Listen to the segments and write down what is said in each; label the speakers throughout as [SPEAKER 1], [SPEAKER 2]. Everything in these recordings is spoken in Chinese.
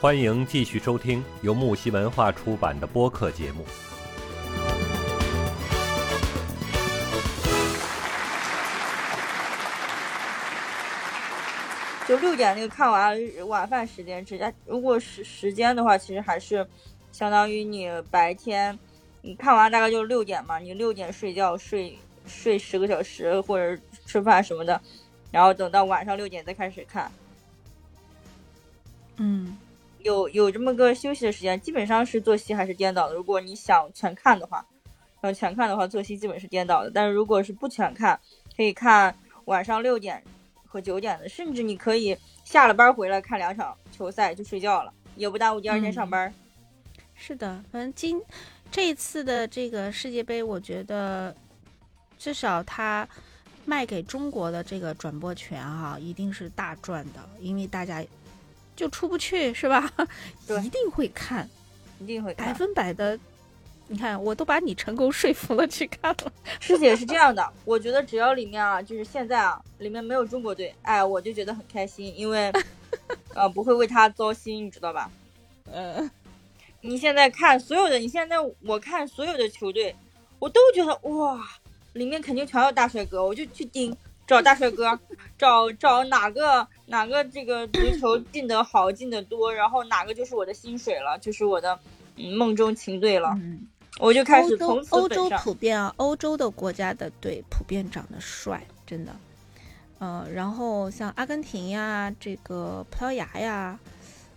[SPEAKER 1] 欢迎继续收听由木西文化出版的播客节目。
[SPEAKER 2] 就六点那个看完晚饭时间之间，如果时时间的话，其实还是相当于你白天你看完大概就是六点嘛，你六点睡觉睡睡十个小时或者吃饭什么的，然后等到晚上六点再开始看。
[SPEAKER 3] 嗯，
[SPEAKER 2] 有有这么个休息的时间，基本上是作息还是颠倒的。如果你想全看的话，嗯，全看的话作息基本是颠倒的。但是如果是不全看，可以看晚上六点和九点的，甚至你可以下了班回来看两场球赛就睡觉了，也不耽误第二天上班。
[SPEAKER 3] 是的，反正今这一次的这个世界杯，我觉得至少它卖给中国的这个转播权哈、一定是大赚的，因为大家就出不去是吧？
[SPEAKER 2] 对
[SPEAKER 3] 一定会看，
[SPEAKER 2] 一定会
[SPEAKER 3] 百
[SPEAKER 2] 看。
[SPEAKER 3] 分百的。你看，我都把你成功说服了去看了。
[SPEAKER 2] 师姐是这样的，我觉得只要里面啊，就是现在啊，里面没有中国队，哎，我就觉得很开心，因为呃不会为他糟心，你知道吧？
[SPEAKER 3] 呃，
[SPEAKER 2] 你现在看所有的，你现在我看所有的球队，我都觉得哇，里面肯定全有大帅哥，我就去盯找大帅哥，找找哪个哪个这个足球进得好，进得多，然后哪个就是我的薪水了，就是我的、嗯、梦中情队了，
[SPEAKER 3] 嗯，
[SPEAKER 2] 我就开
[SPEAKER 3] 欧
[SPEAKER 2] 始
[SPEAKER 3] 洲
[SPEAKER 2] 从此
[SPEAKER 3] 欧
[SPEAKER 2] 粉
[SPEAKER 3] 洲
[SPEAKER 2] 上。
[SPEAKER 3] 普遍啊，欧洲的国家的队普遍长得帅，真的。呃，然后像阿根廷呀，这个葡萄牙呀，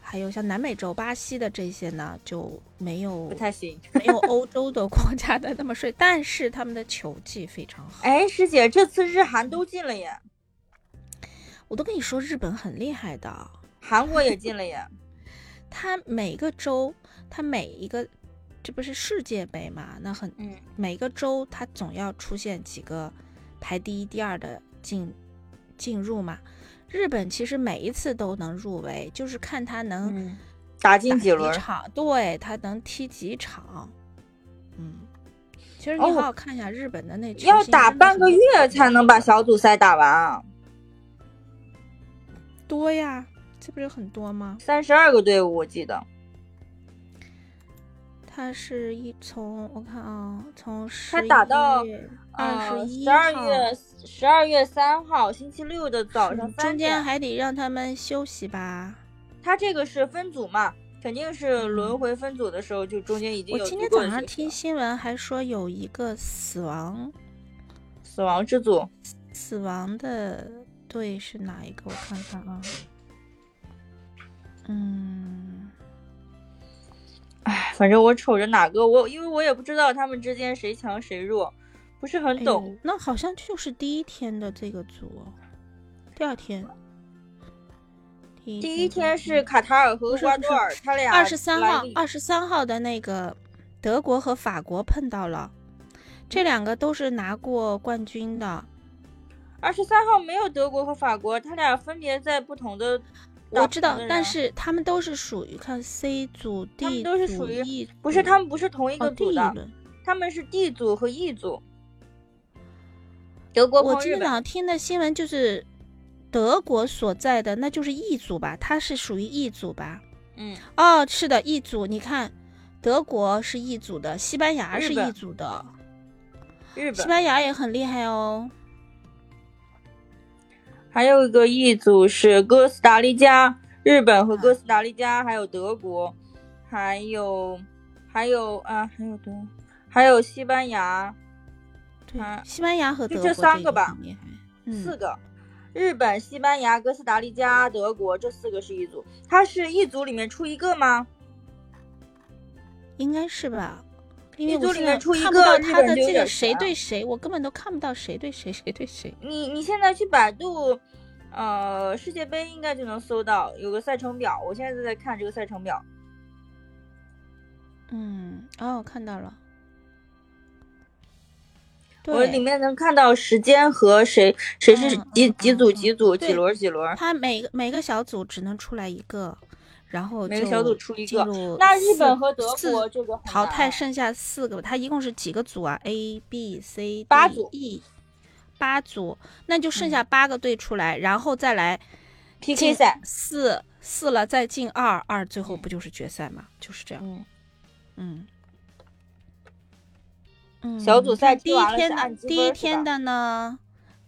[SPEAKER 3] 还有像南美洲巴西的这些呢，就没有
[SPEAKER 2] 不太行，
[SPEAKER 3] 没有欧洲的国家的那么帅，但是他们的球技非常好。
[SPEAKER 2] 哎，师姐，这次日韩都进了耶，
[SPEAKER 3] 我都跟你说，日本很厉害的，
[SPEAKER 2] 韩国 也进了耶，
[SPEAKER 3] 它每个州，它每一个，这不是世界杯嘛？那很
[SPEAKER 2] 嗯，
[SPEAKER 3] 每个州它总要出现几个排第一、第二的进进入嘛。日本其实每一次都能入围，就是看他能
[SPEAKER 2] 嗯，打
[SPEAKER 3] 打
[SPEAKER 2] 进几轮儿？
[SPEAKER 3] 场，对他能踢几场。嗯，其实你
[SPEAKER 2] 哦
[SPEAKER 3] 好好看一下日本的那球星
[SPEAKER 2] 要打
[SPEAKER 3] 真的
[SPEAKER 2] 半
[SPEAKER 3] 是
[SPEAKER 2] 个月才能把小组赛打完啊，
[SPEAKER 3] 多呀，这不是很多吗？
[SPEAKER 2] 三十二个队伍我记得。
[SPEAKER 3] 他是一从我看啊、从十
[SPEAKER 2] 他打到呃
[SPEAKER 3] 二十一
[SPEAKER 2] 十二月十二月三号星期六的早上三
[SPEAKER 3] 嗯中间
[SPEAKER 2] 点。
[SPEAKER 3] 还得让他们休息吧。
[SPEAKER 2] 他这个是分组嘛，肯定是轮回分组的时候，就中间已经
[SPEAKER 3] 嗯我
[SPEAKER 2] 有
[SPEAKER 3] 今
[SPEAKER 2] 足
[SPEAKER 3] 天
[SPEAKER 2] 够
[SPEAKER 3] 早
[SPEAKER 2] 的
[SPEAKER 3] 上
[SPEAKER 2] 休息
[SPEAKER 3] 听
[SPEAKER 2] 了
[SPEAKER 3] 新闻还说有一个死亡，
[SPEAKER 2] 死亡之组，
[SPEAKER 3] 死亡的队是哪一个？我看看啊，嗯，
[SPEAKER 2] 哎，反正我瞅着哪个我，因为我也不知道他们之间谁强谁弱，不是
[SPEAKER 3] 哎
[SPEAKER 2] 很
[SPEAKER 3] 呦
[SPEAKER 2] 懂。
[SPEAKER 3] 那好像就是第一天的这个组哦，第二天，第一
[SPEAKER 2] 第一
[SPEAKER 3] 的
[SPEAKER 2] 天是卡塔尔和
[SPEAKER 3] 嗯不
[SPEAKER 2] 厄
[SPEAKER 3] 是
[SPEAKER 2] 瓜
[SPEAKER 3] 不
[SPEAKER 2] 多
[SPEAKER 3] 是
[SPEAKER 2] 尔，他俩
[SPEAKER 3] 二十三
[SPEAKER 2] 来
[SPEAKER 3] 号
[SPEAKER 2] 历，
[SPEAKER 3] 二十三号的那个德国和法国碰到了，这两个都是拿过冠军的。
[SPEAKER 2] 二十三号没有德国和法国，他俩分别在不同的打
[SPEAKER 3] 我
[SPEAKER 2] 不
[SPEAKER 3] 知
[SPEAKER 2] 同
[SPEAKER 3] 道
[SPEAKER 2] 的，
[SPEAKER 3] 但
[SPEAKER 2] 人
[SPEAKER 3] 是他们都是属于看 C 组、
[SPEAKER 2] 他们
[SPEAKER 3] D
[SPEAKER 2] 都是
[SPEAKER 3] 组、
[SPEAKER 2] 属于
[SPEAKER 3] E
[SPEAKER 2] 不是
[SPEAKER 3] 组
[SPEAKER 2] 他们不是同一
[SPEAKER 3] 哦
[SPEAKER 2] 个
[SPEAKER 3] D
[SPEAKER 2] 组
[SPEAKER 3] 一
[SPEAKER 2] 的，
[SPEAKER 3] 轮。
[SPEAKER 2] 他们是 D 组和 E 组，德国
[SPEAKER 3] 我
[SPEAKER 2] 碰
[SPEAKER 3] 今
[SPEAKER 2] 日
[SPEAKER 3] 天早
[SPEAKER 2] 本。
[SPEAKER 3] 上听的新闻就是德国所在的，那就是 E 组吧？它是属于 E 组吧？
[SPEAKER 2] 嗯，
[SPEAKER 3] 哦，是的，E 组。你看，德国是 E 组的，西班牙
[SPEAKER 2] 日
[SPEAKER 3] 是
[SPEAKER 2] 本
[SPEAKER 3] E 组的，
[SPEAKER 2] 日
[SPEAKER 3] 西
[SPEAKER 2] 本
[SPEAKER 3] 班牙也很厉害哦。
[SPEAKER 2] 还有一个 E 组是哥斯达黎加、日本和哥斯达黎加，还有德国，还有还有啊，还有德，还有西班牙，
[SPEAKER 3] 对
[SPEAKER 2] 啊，
[SPEAKER 3] 西班牙和
[SPEAKER 2] 就
[SPEAKER 3] 德
[SPEAKER 2] 这
[SPEAKER 3] 国
[SPEAKER 2] 三
[SPEAKER 3] 这
[SPEAKER 2] 个吧
[SPEAKER 3] 很厉害。嗯，
[SPEAKER 2] 四个。日本、西班牙、哥斯达黎加、德国这四个是一组，它是一组里面出一个吗？
[SPEAKER 3] 应该是吧？因
[SPEAKER 2] 一
[SPEAKER 3] 为
[SPEAKER 2] 组
[SPEAKER 3] 我
[SPEAKER 2] 里
[SPEAKER 3] 现
[SPEAKER 2] 面
[SPEAKER 3] 在
[SPEAKER 2] 出一
[SPEAKER 3] 看不
[SPEAKER 2] 个
[SPEAKER 3] 到
[SPEAKER 2] 日
[SPEAKER 3] 他
[SPEAKER 2] 本
[SPEAKER 3] 的
[SPEAKER 2] 就有
[SPEAKER 3] 这
[SPEAKER 2] 点
[SPEAKER 3] 个谁
[SPEAKER 2] 悬
[SPEAKER 3] 对谁，我根本都看不到谁对谁，谁对谁。
[SPEAKER 2] 你你现在去百度，呃，世界杯应该就能搜到有个赛程表，我现在就在看这个赛程表。
[SPEAKER 3] 嗯，哦，看到了。
[SPEAKER 2] 我里
[SPEAKER 3] 对，
[SPEAKER 2] 面能看到时间和谁谁是
[SPEAKER 3] 嗯
[SPEAKER 2] 几
[SPEAKER 3] 嗯
[SPEAKER 2] 几
[SPEAKER 3] 嗯
[SPEAKER 2] 组
[SPEAKER 3] 嗯
[SPEAKER 2] 几组几
[SPEAKER 3] 对
[SPEAKER 2] 轮几轮。
[SPEAKER 3] 他每个每个小组只能出来一个，然后
[SPEAKER 2] 每个
[SPEAKER 3] 就
[SPEAKER 2] 小组出一
[SPEAKER 3] 进
[SPEAKER 2] 个
[SPEAKER 3] 入
[SPEAKER 2] 那日
[SPEAKER 3] 四
[SPEAKER 2] 本和德
[SPEAKER 3] 四
[SPEAKER 2] 国这个很
[SPEAKER 3] 淘
[SPEAKER 2] 难
[SPEAKER 3] 汰
[SPEAKER 2] 啊
[SPEAKER 3] 剩下四个吧，他一共是几个组啊？A、B、C、
[SPEAKER 2] 八
[SPEAKER 3] D
[SPEAKER 2] 组嗯
[SPEAKER 3] E，八组，那就剩下八个队出来，然后再来
[SPEAKER 2] PK
[SPEAKER 3] 进
[SPEAKER 2] 赛，
[SPEAKER 3] 四四了再进二，二最后不就是决赛嘛？就是这样。
[SPEAKER 2] 嗯，
[SPEAKER 3] 嗯，嗯
[SPEAKER 2] 小组赛
[SPEAKER 3] 第
[SPEAKER 2] 踢
[SPEAKER 3] 一
[SPEAKER 2] 完了
[SPEAKER 3] 天
[SPEAKER 2] 是按积
[SPEAKER 3] 第
[SPEAKER 2] 分
[SPEAKER 3] 一
[SPEAKER 2] 儿是
[SPEAKER 3] 天
[SPEAKER 2] 吧
[SPEAKER 3] 的呢，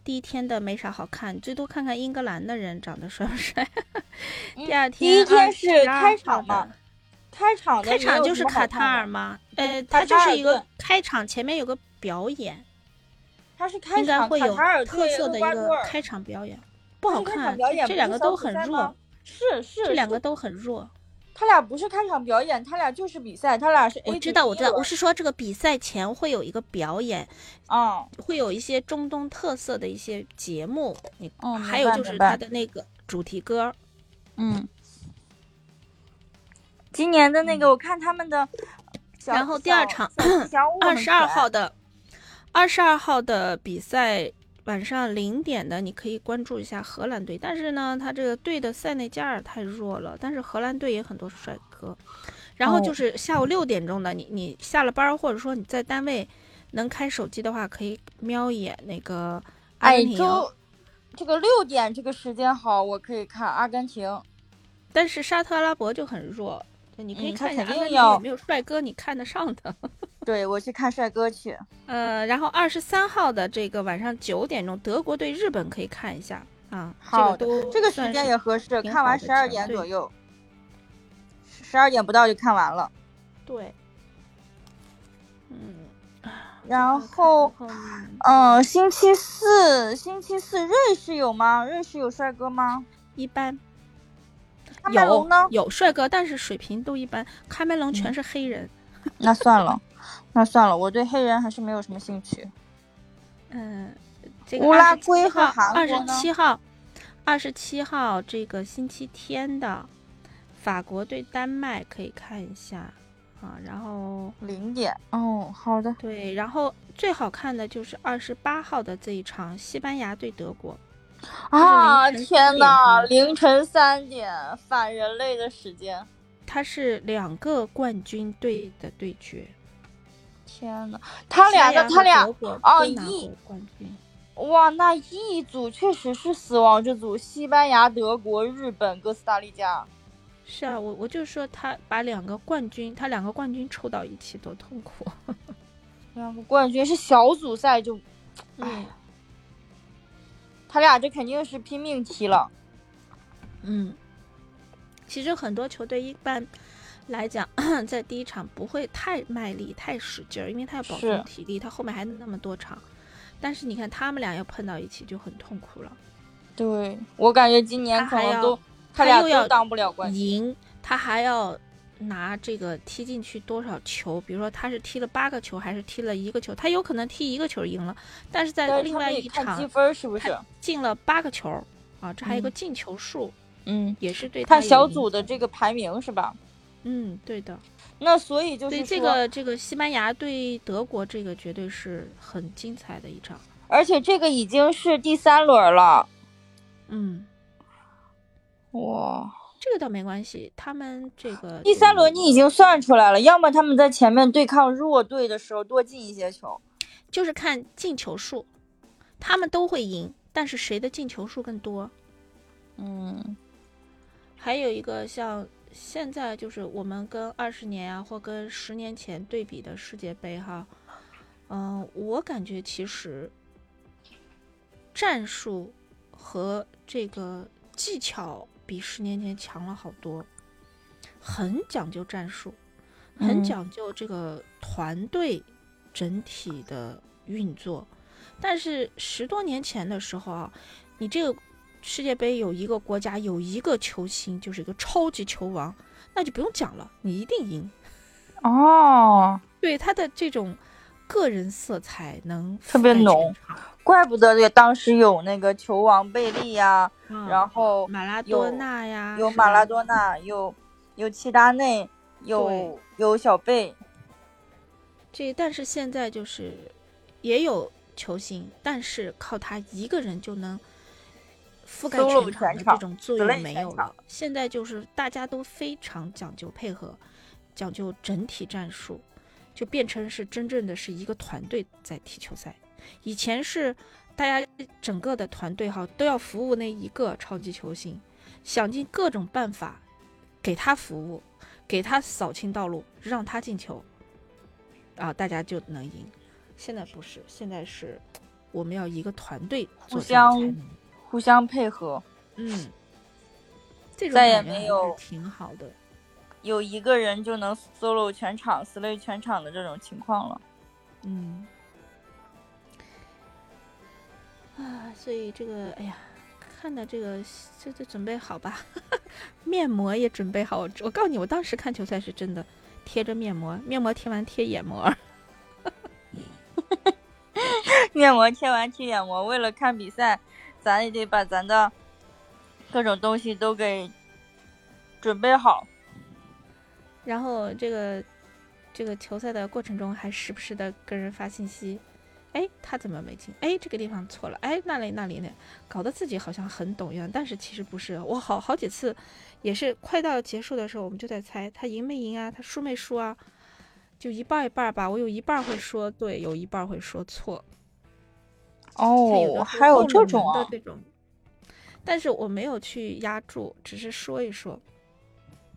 [SPEAKER 3] 第一天的没啥好看，最多看看英格兰的人长得帅不 帅。
[SPEAKER 2] 嗯
[SPEAKER 3] 第二天
[SPEAKER 2] 第一天是
[SPEAKER 3] 22
[SPEAKER 2] 开场
[SPEAKER 3] 号的
[SPEAKER 2] 嘛，开场的
[SPEAKER 3] 开
[SPEAKER 2] 没
[SPEAKER 3] 场
[SPEAKER 2] 有
[SPEAKER 3] 就
[SPEAKER 2] 什
[SPEAKER 3] 是
[SPEAKER 2] 么好
[SPEAKER 3] 卡
[SPEAKER 2] 看
[SPEAKER 3] 塔
[SPEAKER 2] 的
[SPEAKER 3] 尔，吗？呃，
[SPEAKER 2] 嗯
[SPEAKER 3] 它
[SPEAKER 2] 卡
[SPEAKER 3] 就
[SPEAKER 2] 塔
[SPEAKER 3] 是
[SPEAKER 2] 尔
[SPEAKER 3] 一个
[SPEAKER 2] 队
[SPEAKER 3] 开场，前面有个表演，
[SPEAKER 2] 他是开
[SPEAKER 3] 应该
[SPEAKER 2] 场
[SPEAKER 3] 会
[SPEAKER 2] 卡
[SPEAKER 3] 有
[SPEAKER 2] 塔尔
[SPEAKER 3] 特
[SPEAKER 2] 对
[SPEAKER 3] 色的
[SPEAKER 2] 厄
[SPEAKER 3] 一
[SPEAKER 2] 瓜多
[SPEAKER 3] 个
[SPEAKER 2] 尔
[SPEAKER 3] 开场表演，不好
[SPEAKER 2] 他是开
[SPEAKER 3] 看
[SPEAKER 2] 场表演，不
[SPEAKER 3] 这两
[SPEAKER 2] 是
[SPEAKER 3] 个
[SPEAKER 2] 小
[SPEAKER 3] 都
[SPEAKER 2] 组
[SPEAKER 3] 很
[SPEAKER 2] 赛
[SPEAKER 3] 弱
[SPEAKER 2] 吗，。是是，
[SPEAKER 3] 这两
[SPEAKER 2] 是
[SPEAKER 3] 个都很弱。
[SPEAKER 2] 他俩不是开场表演，他俩就是比赛，他俩是 A
[SPEAKER 3] 我知
[SPEAKER 2] 组
[SPEAKER 3] 道，
[SPEAKER 2] 第
[SPEAKER 3] 我
[SPEAKER 2] 一
[SPEAKER 3] 知道，我
[SPEAKER 2] 轮
[SPEAKER 3] 是说这个比赛前会有一个表演，
[SPEAKER 2] 啊，
[SPEAKER 3] 会有一些中东特色的一些节目，你、
[SPEAKER 2] 哦明
[SPEAKER 3] 还有
[SPEAKER 2] 白
[SPEAKER 3] 就
[SPEAKER 2] 明
[SPEAKER 3] 是
[SPEAKER 2] 白
[SPEAKER 3] 它的那个主题歌儿，
[SPEAKER 2] 嗯。今年的那个，我看他们的小，
[SPEAKER 3] 然后第二场二
[SPEAKER 2] 二
[SPEAKER 3] 十二号的二十二号的比赛晚上零点的，你可以关注一下荷兰队。但是呢，他这个队的塞内加尔太弱了，但是荷兰队也很多帅哥。然后就
[SPEAKER 2] 哦
[SPEAKER 3] 是下午六点钟的，你你下了班儿或者说你在单位能开手机的话，可以瞄一眼那个阿
[SPEAKER 2] 哎，
[SPEAKER 3] 根廷。
[SPEAKER 2] 周这个六点这个时间好，我可以看阿根廷。
[SPEAKER 3] 但是沙特阿拉伯就很弱，对你可以
[SPEAKER 2] 嗯
[SPEAKER 3] 看一
[SPEAKER 2] 他
[SPEAKER 3] 下
[SPEAKER 2] 肯
[SPEAKER 3] 阿根
[SPEAKER 2] 定
[SPEAKER 3] 廷
[SPEAKER 2] 要
[SPEAKER 3] 有没有帅哥你看得上的。
[SPEAKER 2] 对我去看帅哥去。
[SPEAKER 3] 呃，然后二十三号的这个晚上九点钟，德国对日本可以看一下啊。这
[SPEAKER 2] 好
[SPEAKER 3] 个
[SPEAKER 2] 的
[SPEAKER 3] 都
[SPEAKER 2] 这个
[SPEAKER 3] 算
[SPEAKER 2] 时间
[SPEAKER 3] 是
[SPEAKER 2] 也合适，
[SPEAKER 3] 挺
[SPEAKER 2] 看完
[SPEAKER 3] 好的
[SPEAKER 2] 十二
[SPEAKER 3] 节
[SPEAKER 2] 点
[SPEAKER 3] 目对
[SPEAKER 2] 左右，十二点不到就看完了。
[SPEAKER 3] 对。嗯，
[SPEAKER 2] 然后，
[SPEAKER 3] 嗯
[SPEAKER 2] 嗯，星期四，星期四瑞士有吗？瑞士有帅哥吗？
[SPEAKER 3] 一般
[SPEAKER 2] 喀麦
[SPEAKER 3] 有
[SPEAKER 2] 隆呢？嗯
[SPEAKER 3] 有帅哥，但是水平都一般。喀麦隆全是黑人，
[SPEAKER 2] 那算了，那算了，我对黑人还是没有什么兴趣。
[SPEAKER 3] 嗯，这个
[SPEAKER 2] 乌拉
[SPEAKER 3] 27
[SPEAKER 2] 圭和
[SPEAKER 3] 号
[SPEAKER 2] 韩国
[SPEAKER 3] 二十
[SPEAKER 2] 呢
[SPEAKER 3] 七号，二十七号这个星期天的法国对丹麦可以看一下啊，然后
[SPEAKER 2] 零点，哦，好的，
[SPEAKER 3] 对，然后最好看的就是二十八号的这一场西班牙对德国，
[SPEAKER 2] 啊，
[SPEAKER 3] 凌晨
[SPEAKER 2] 天
[SPEAKER 3] 4
[SPEAKER 2] 呐，
[SPEAKER 3] 点嗯
[SPEAKER 2] 凌晨三点，反人类的时间。
[SPEAKER 3] 它是两个冠军队的对决，
[SPEAKER 2] 天呐，他
[SPEAKER 3] 西
[SPEAKER 2] 俩
[SPEAKER 3] 班牙
[SPEAKER 2] 的
[SPEAKER 3] 和
[SPEAKER 2] 他俩
[SPEAKER 3] 德国
[SPEAKER 2] 哦
[SPEAKER 3] 都拿
[SPEAKER 2] 一
[SPEAKER 3] 过冠军，
[SPEAKER 2] 哇，那一组确实是死亡之组，西班牙、德国、日本、哥斯达黎加。
[SPEAKER 3] 是啊，我我就说他把两个冠军，他两个冠军凑到一起多痛苦，
[SPEAKER 2] 两个冠军是小组赛就，
[SPEAKER 3] 嗯
[SPEAKER 2] 哎，他俩这肯定是拼命踢了。
[SPEAKER 3] 嗯，其实很多球队一般来讲， 在第一场不会太卖力、太使劲儿，因为他要保
[SPEAKER 2] 是
[SPEAKER 3] 存体力，他后面还那么多场。但是你看他们俩要碰到一起就很痛苦了，
[SPEAKER 2] 对我感觉今年
[SPEAKER 3] 他
[SPEAKER 2] 可
[SPEAKER 3] 还要
[SPEAKER 2] 能都
[SPEAKER 3] 他
[SPEAKER 2] 俩
[SPEAKER 3] 又要
[SPEAKER 2] 都当不了冠军。
[SPEAKER 3] 赢他还要拿这个踢进去多少球，比如说他是踢了八个球还是踢了一个球，他有可能踢一个球赢了，但是在
[SPEAKER 2] 但是
[SPEAKER 3] 另
[SPEAKER 2] 他
[SPEAKER 3] 外
[SPEAKER 2] 们也
[SPEAKER 3] 一
[SPEAKER 2] 看积
[SPEAKER 3] 场
[SPEAKER 2] 分是不是？
[SPEAKER 3] 进了八个球啊，这还有一个
[SPEAKER 2] 嗯
[SPEAKER 3] 进球数，
[SPEAKER 2] 嗯，
[SPEAKER 3] 也是对他
[SPEAKER 2] 看
[SPEAKER 3] 有
[SPEAKER 2] 小
[SPEAKER 3] 影
[SPEAKER 2] 组的
[SPEAKER 3] 响
[SPEAKER 2] 这个排名是吧？
[SPEAKER 3] 嗯，对的。
[SPEAKER 2] 那所以就是
[SPEAKER 3] 对
[SPEAKER 2] 说，
[SPEAKER 3] 这个这个西班牙对德国这个绝对是很精彩的一场。
[SPEAKER 2] 而且这个已经是第三轮了。
[SPEAKER 3] 嗯，
[SPEAKER 2] 哇，
[SPEAKER 3] 这个倒没关系，他们这个
[SPEAKER 2] 第三轮你已经算出来了，要么他们在前面对抗弱队的时候多进一些球。
[SPEAKER 3] 就是看进球数，他们都会赢，但是谁的进球数更多？
[SPEAKER 2] 嗯，
[SPEAKER 3] 还有一个像现在就是我们跟二十年啊，或跟十年前对比的世界杯哈，嗯、我感觉其实战术和这个技巧比十年前强了好多，很讲究战术，很
[SPEAKER 2] 嗯
[SPEAKER 3] 讲究这个团队整体的运作。但是十多年前的时候啊，你这个世界杯有一个国家有一个球星就是一个超级球王，那就不用讲了，你一定赢。
[SPEAKER 2] 哦，
[SPEAKER 3] 对他的这种个人色彩能
[SPEAKER 2] 特别
[SPEAKER 3] 覆盖全
[SPEAKER 2] 浓
[SPEAKER 3] 场，
[SPEAKER 2] 怪不得这当时有那个球王贝利呀、
[SPEAKER 3] 啊
[SPEAKER 2] 然后
[SPEAKER 3] 马拉
[SPEAKER 2] 有
[SPEAKER 3] 多纳呀，
[SPEAKER 2] 有
[SPEAKER 3] 嗯是
[SPEAKER 2] 马拉
[SPEAKER 3] 吧
[SPEAKER 2] 多纳，有有齐达内，有
[SPEAKER 3] 对
[SPEAKER 2] 有小贝。
[SPEAKER 3] 这，但是现在就是也有球星，但是靠他一个人就能覆盖
[SPEAKER 2] Solo
[SPEAKER 3] 全场的
[SPEAKER 2] 全
[SPEAKER 3] 这
[SPEAKER 2] 场
[SPEAKER 3] 种作
[SPEAKER 2] ，slay
[SPEAKER 3] 用没
[SPEAKER 2] 全
[SPEAKER 3] 有了
[SPEAKER 2] 场。
[SPEAKER 3] 现在就是大家都非常讲究配合，讲究整体战术，就变成是真正的是一个团队在踢球赛。以前是大家整个的团队哈都要服务那一个超级球星，想尽各种办法给他服务，给他扫清道路，让他进球，啊，大家就能赢。现在不是，现在是我们要一个团队做
[SPEAKER 2] 互
[SPEAKER 3] 这样才
[SPEAKER 2] 相
[SPEAKER 3] 能
[SPEAKER 2] 互相配合。
[SPEAKER 3] 嗯，这种
[SPEAKER 2] 再也
[SPEAKER 3] 感觉
[SPEAKER 2] 没
[SPEAKER 3] 还是
[SPEAKER 2] 有
[SPEAKER 3] 挺好的。
[SPEAKER 2] 有一个人就能 solo 全场、slay 全场的这种情况了。
[SPEAKER 3] 嗯，啊，所以这个，哎呀，看的这个，这这准备好吧， 面膜也准备好。我我告诉你，我当时看球赛是真的贴着面膜，面膜贴完贴眼膜，
[SPEAKER 2] 面膜贴完贴眼膜，为了看比赛，咱也得把咱的各种东西都给准备好。
[SPEAKER 3] 然后这个这个球赛的过程中还时不时的跟人发信息，哎，他怎么没进？哎，这个地方错了，哎，那里那里呢？搞得自己好像很懂一样，但是其实不是。啊我好好几次也是快到结束的时候，我们就在猜他赢没赢啊，他输没输啊，就一半儿一半儿吧。我有一半儿会说对，有一半儿会说错。像有的
[SPEAKER 2] 哦，
[SPEAKER 3] 会
[SPEAKER 2] 还有
[SPEAKER 3] 后
[SPEAKER 2] 这
[SPEAKER 3] 冷
[SPEAKER 2] 种
[SPEAKER 3] 门
[SPEAKER 2] 啊
[SPEAKER 3] 的！这种，但是我没有去压住，只是说一说。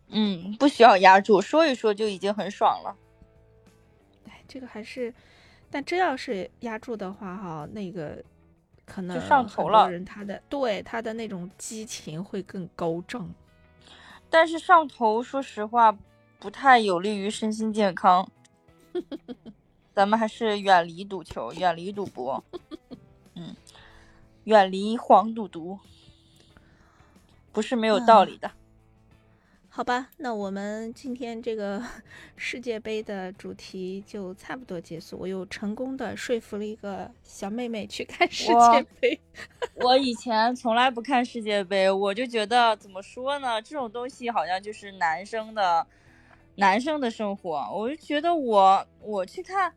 [SPEAKER 2] 嗯，不需要压住，说一说就已经很爽了。
[SPEAKER 3] 哎，这个还是，但真要是压住的话，哈，那个可能
[SPEAKER 2] 上
[SPEAKER 3] 很
[SPEAKER 2] 头
[SPEAKER 3] 多
[SPEAKER 2] 了
[SPEAKER 3] 人他的对他的那种激情会更高涨。
[SPEAKER 2] 但是上头，说实话，不太有利于身心健 康。咱们还是远离赌球，远离赌 博，嗯，远离黄赌毒，不是没有道理的。
[SPEAKER 3] 好吧，那我们今天这个 世界杯的主题就差不多结束。我又成功的说服了一个小妹妹去看世
[SPEAKER 2] 哇
[SPEAKER 3] 界杯。
[SPEAKER 2] 我以前从来不看世界杯，我就觉得怎么说呢，这种东西好像就是男生的，男生的生活。我就觉得我我去看，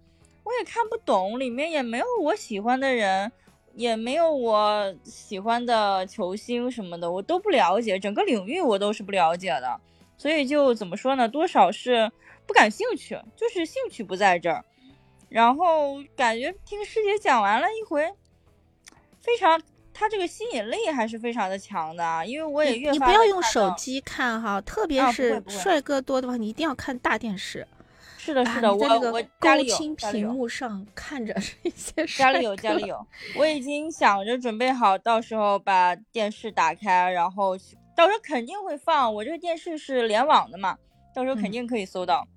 [SPEAKER 2] 我也看不懂，里面也没有我喜欢的人，也没有我喜欢的球星什么的，我都不了解，整个领域我都是不了解的，所以就怎么说呢，多少是不感兴趣，就是兴趣不在这儿。然后感觉听师姐讲完了一回，非常，她这个吸引力还是非常的强的啊，因为 我也
[SPEAKER 3] 你
[SPEAKER 2] 越
[SPEAKER 3] 你
[SPEAKER 2] 发
[SPEAKER 3] 不要
[SPEAKER 2] 地
[SPEAKER 3] 用
[SPEAKER 2] 看
[SPEAKER 3] 手
[SPEAKER 2] 到
[SPEAKER 3] 机看哈，特别
[SPEAKER 2] 啊不会
[SPEAKER 3] 是
[SPEAKER 2] 不会
[SPEAKER 3] 帅哥多的话，你一定要看大电视。
[SPEAKER 2] 是的，
[SPEAKER 3] 啊
[SPEAKER 2] 是的，
[SPEAKER 3] 你
[SPEAKER 2] 我
[SPEAKER 3] 在那
[SPEAKER 2] 我
[SPEAKER 3] 个
[SPEAKER 2] 家
[SPEAKER 3] 高
[SPEAKER 2] 里有，
[SPEAKER 3] 清
[SPEAKER 2] 家里
[SPEAKER 3] 屏
[SPEAKER 2] 有
[SPEAKER 3] 幕上看着 一些
[SPEAKER 2] 家
[SPEAKER 3] 帅
[SPEAKER 2] 里有，家
[SPEAKER 3] 哥
[SPEAKER 2] 里有，我已经想着准备好，到时候把电视打开，然后去到时候肯定会放。我这个电视是联网的嘛，到时候肯
[SPEAKER 3] 嗯
[SPEAKER 2] 定可以搜到。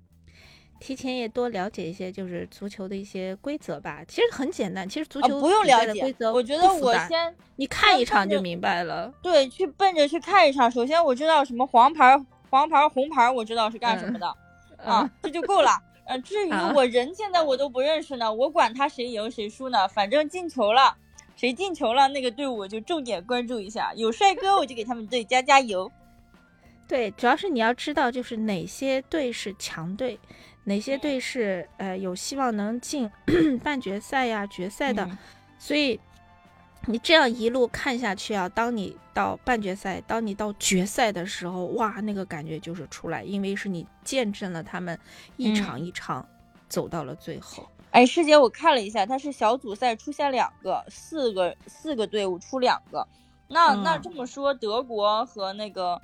[SPEAKER 3] 提前也多了解一些就是足球的一些规则吧。其实很简单，其实足
[SPEAKER 2] 啊，
[SPEAKER 3] 球
[SPEAKER 2] 不用
[SPEAKER 3] 比赛
[SPEAKER 2] 了
[SPEAKER 3] 的
[SPEAKER 2] 解
[SPEAKER 3] 规则，
[SPEAKER 2] 我觉
[SPEAKER 3] 不
[SPEAKER 2] 得
[SPEAKER 3] 复
[SPEAKER 2] 我
[SPEAKER 3] 杂
[SPEAKER 2] 先
[SPEAKER 3] 你看一场
[SPEAKER 2] 看着
[SPEAKER 3] 就明白了。
[SPEAKER 2] 对去奔着去看一场。首先我知道什么黄牌、黄牌、红牌，我知道是干什
[SPEAKER 3] 嗯
[SPEAKER 2] 么的、啊，这就 够了。呃，至于
[SPEAKER 3] 好
[SPEAKER 2] 我人现在我都不认识呢，我管他谁赢谁输呢，反正进球了，谁进球了，那个队伍我就重点关注一下。有帅哥我就给他们队加加油。
[SPEAKER 3] 对，主要是你要知道就是哪些队是强队，哪些
[SPEAKER 2] 嗯
[SPEAKER 3] 队是呃有希望能进 半决赛呀、决赛的。
[SPEAKER 2] 嗯
[SPEAKER 3] 所以你这样一路看下去啊，当你到半决赛，当你到决赛的时候，哇，那个感觉就是出来，因为是你见证了他们一
[SPEAKER 2] 嗯
[SPEAKER 3] 场一场走到了最后。
[SPEAKER 2] 哎，师姐，我看了一下，它是小组赛出现两个，四个四个队伍出两个。那、那
[SPEAKER 3] 嗯
[SPEAKER 2] 这么说，德国和那个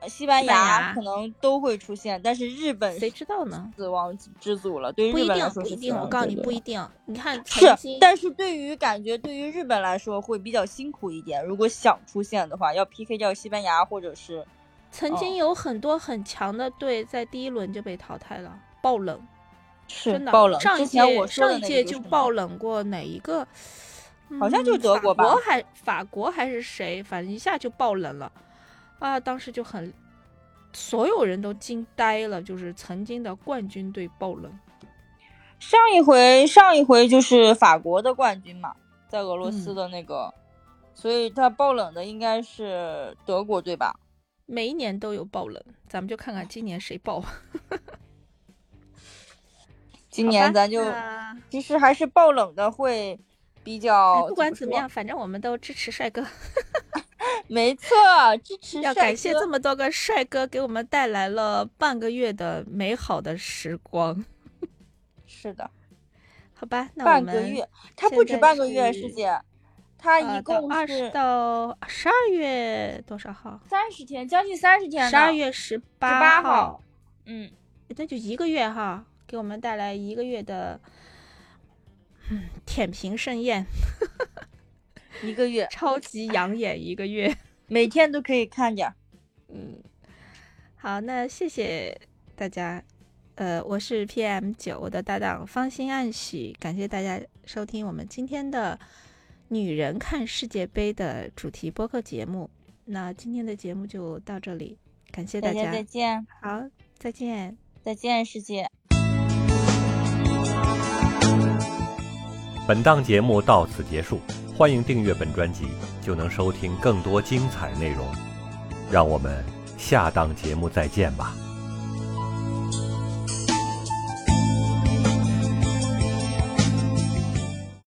[SPEAKER 2] 呃西班
[SPEAKER 3] 西班
[SPEAKER 2] 牙
[SPEAKER 3] 牙
[SPEAKER 2] 可能都会出现，但是日本
[SPEAKER 3] 谁知道呢？
[SPEAKER 2] 死亡之组了，对于
[SPEAKER 3] 不
[SPEAKER 2] 哎日
[SPEAKER 3] 一
[SPEAKER 2] 本来
[SPEAKER 3] 定，
[SPEAKER 2] 说
[SPEAKER 3] 不
[SPEAKER 2] 是
[SPEAKER 3] 一
[SPEAKER 2] 死
[SPEAKER 3] 定，我
[SPEAKER 2] 亡
[SPEAKER 3] 告诉
[SPEAKER 2] 之
[SPEAKER 3] 你
[SPEAKER 2] 组
[SPEAKER 3] 不
[SPEAKER 2] 了
[SPEAKER 3] 一定。你看曾
[SPEAKER 2] 是
[SPEAKER 3] 经，
[SPEAKER 2] 但是对于感觉对于日本来说会比较辛苦一点。如果想出现的话，要 PK 掉西班牙或者是
[SPEAKER 3] 曾
[SPEAKER 2] 哦
[SPEAKER 3] 经有很多很强的队在第一轮就被淘汰了，爆冷。
[SPEAKER 2] 是
[SPEAKER 3] 真的，
[SPEAKER 2] 爆冷。
[SPEAKER 3] 上一
[SPEAKER 2] 之前
[SPEAKER 3] 届
[SPEAKER 2] 我说
[SPEAKER 3] 上
[SPEAKER 2] 的
[SPEAKER 3] 一
[SPEAKER 2] 那个
[SPEAKER 3] 届
[SPEAKER 2] 就是
[SPEAKER 3] 就
[SPEAKER 2] 嘛
[SPEAKER 3] 爆冷过哪一个？
[SPEAKER 2] 好像就
[SPEAKER 3] 嗯
[SPEAKER 2] 德国吧
[SPEAKER 3] 法国还法国还是谁，反正一下就爆冷了，啊，当时就很，所有人都惊呆了，就是曾经的冠军队爆冷，
[SPEAKER 2] 上一回上一回就是法国的冠军嘛，在俄罗
[SPEAKER 3] 嗯
[SPEAKER 2] 斯的那个，所以他爆冷的应该是德国队吧？
[SPEAKER 3] 每一年都有爆冷，咱们就看看今年谁爆。
[SPEAKER 2] 今年咱就其实还是爆冷的会比较
[SPEAKER 3] 哎，，不管怎
[SPEAKER 2] 哦
[SPEAKER 3] 么
[SPEAKER 2] 说
[SPEAKER 3] 样，，反正我们都支持帅哥，
[SPEAKER 2] 没错，支持
[SPEAKER 3] 要
[SPEAKER 2] 帅
[SPEAKER 3] 感谢
[SPEAKER 2] 哥
[SPEAKER 3] 这么多个帅哥给我们带来了半个月的美好的时光，
[SPEAKER 2] 是的，
[SPEAKER 3] 好吧？那我
[SPEAKER 2] 半
[SPEAKER 3] 们
[SPEAKER 2] 个月，他
[SPEAKER 3] 现
[SPEAKER 2] 不止
[SPEAKER 3] 在
[SPEAKER 2] 半个月，
[SPEAKER 3] 是
[SPEAKER 2] 师姐，它
[SPEAKER 3] 呃
[SPEAKER 2] 一
[SPEAKER 3] 到
[SPEAKER 2] 共
[SPEAKER 3] 二十
[SPEAKER 2] 是
[SPEAKER 3] 到十二月多少号？
[SPEAKER 2] 三十天，将近三十天呢。
[SPEAKER 3] 十二月十
[SPEAKER 2] 八
[SPEAKER 3] 八哎
[SPEAKER 2] 号，嗯，
[SPEAKER 3] 那就一个月哈，给我们带来一个月的，嗯，舔屏盛宴，
[SPEAKER 2] 一个月，
[SPEAKER 3] 超级养眼一个月。
[SPEAKER 2] 每天都可以看点儿。
[SPEAKER 3] 嗯，好，那谢谢大家。呃，我是 PM 九，我的搭档芳心暗许，感谢大家收听我们今天的《女人看世界杯》的主题播客节目。那今天的节目就到这里，感谢大
[SPEAKER 2] 大
[SPEAKER 3] 家
[SPEAKER 2] 家，再见，
[SPEAKER 3] 好，再见。
[SPEAKER 2] 再见，世界。
[SPEAKER 1] 本档节目到此结束，欢迎订阅本专辑，就能收听更多精彩内容。让我们下档节目再见吧。